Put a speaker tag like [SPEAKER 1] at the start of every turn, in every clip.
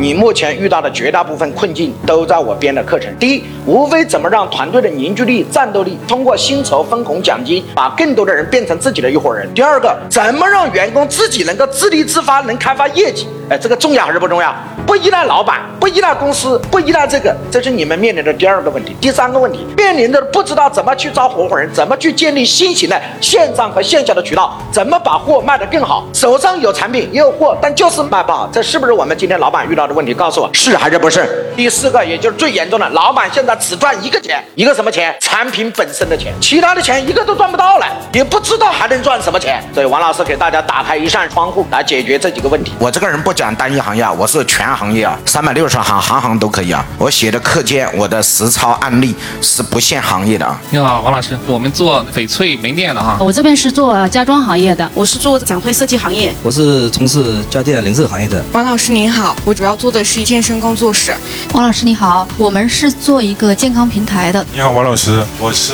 [SPEAKER 1] 你目前遇到的绝大部分困境都在我编的课程。第一，无非怎么让团队的凝聚力、战斗力通过薪酬、分红、奖金，把更多的人变成自己的一伙人。第二个，怎么让员工自己能够自立自发，能开发业绩？哎，这个重要还是不重要？不依赖老板，不依赖公司，不依赖这个，这是你们面临的第二个问题。第三个问题，面临着不知道怎么去招合伙人，怎么去建立新型的线上和线下的渠道，怎么把货卖得更好？手上有产品也有货，但就是卖不好，这是不是我们今天老板遇到的问题？告诉我是还是不是？第四个，也就是最严重的，老板现在只赚一个钱，一个什么钱？产品本身的钱，其他的钱一个都赚不到了，也不知道还能赚什么钱。所以王老师给大家打开一扇窗户，来解决这几个问题。
[SPEAKER 2] 我这个人不讲单一行业啊，我是全行业啊，三百六十行，行行都可以啊。我写的课件，我的实操案例是不限行业的啊。
[SPEAKER 3] 你好，王老师，我们做翡翠门店的哈，
[SPEAKER 4] 我这边是做呃家装行业的，
[SPEAKER 5] 我是做展会设计行业，
[SPEAKER 6] 我是从事家电零售行业的。
[SPEAKER 7] 王老师您好，我主要做的是健身工作室。
[SPEAKER 8] 王老师你好，我们是做一个健康平台的。
[SPEAKER 9] 你好，王老师，我是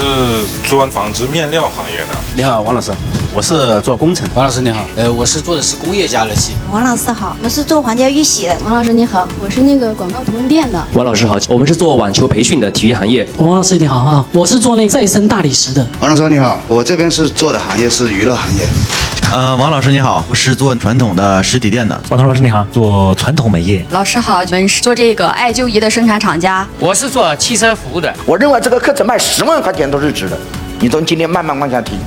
[SPEAKER 9] 做纺织面料行业的。
[SPEAKER 10] 你好，王老师，我是做工程。
[SPEAKER 11] 王老师你好，呃，我是做的是工业加热器。
[SPEAKER 12] 王老师好，我是做皇家玉玺的。
[SPEAKER 13] 王老师你好，我是那个广告图文店的。
[SPEAKER 14] 王老师好，我们是做网球培训的体育行业。
[SPEAKER 15] 王老师你好啊，我是做那再生大理石的。
[SPEAKER 16] 王老师你好，我这边是做的行业是娱乐行业。
[SPEAKER 17] 呃，王老师你好，我是做传统的实体店的。
[SPEAKER 18] 王涛老师你好，做传统美业。
[SPEAKER 19] 老师好，我们是做这个艾灸仪的生产厂家。
[SPEAKER 20] 我是做汽车服务的。
[SPEAKER 1] 我认为这个课程卖十万块钱都是值的，你从今天慢慢往下听。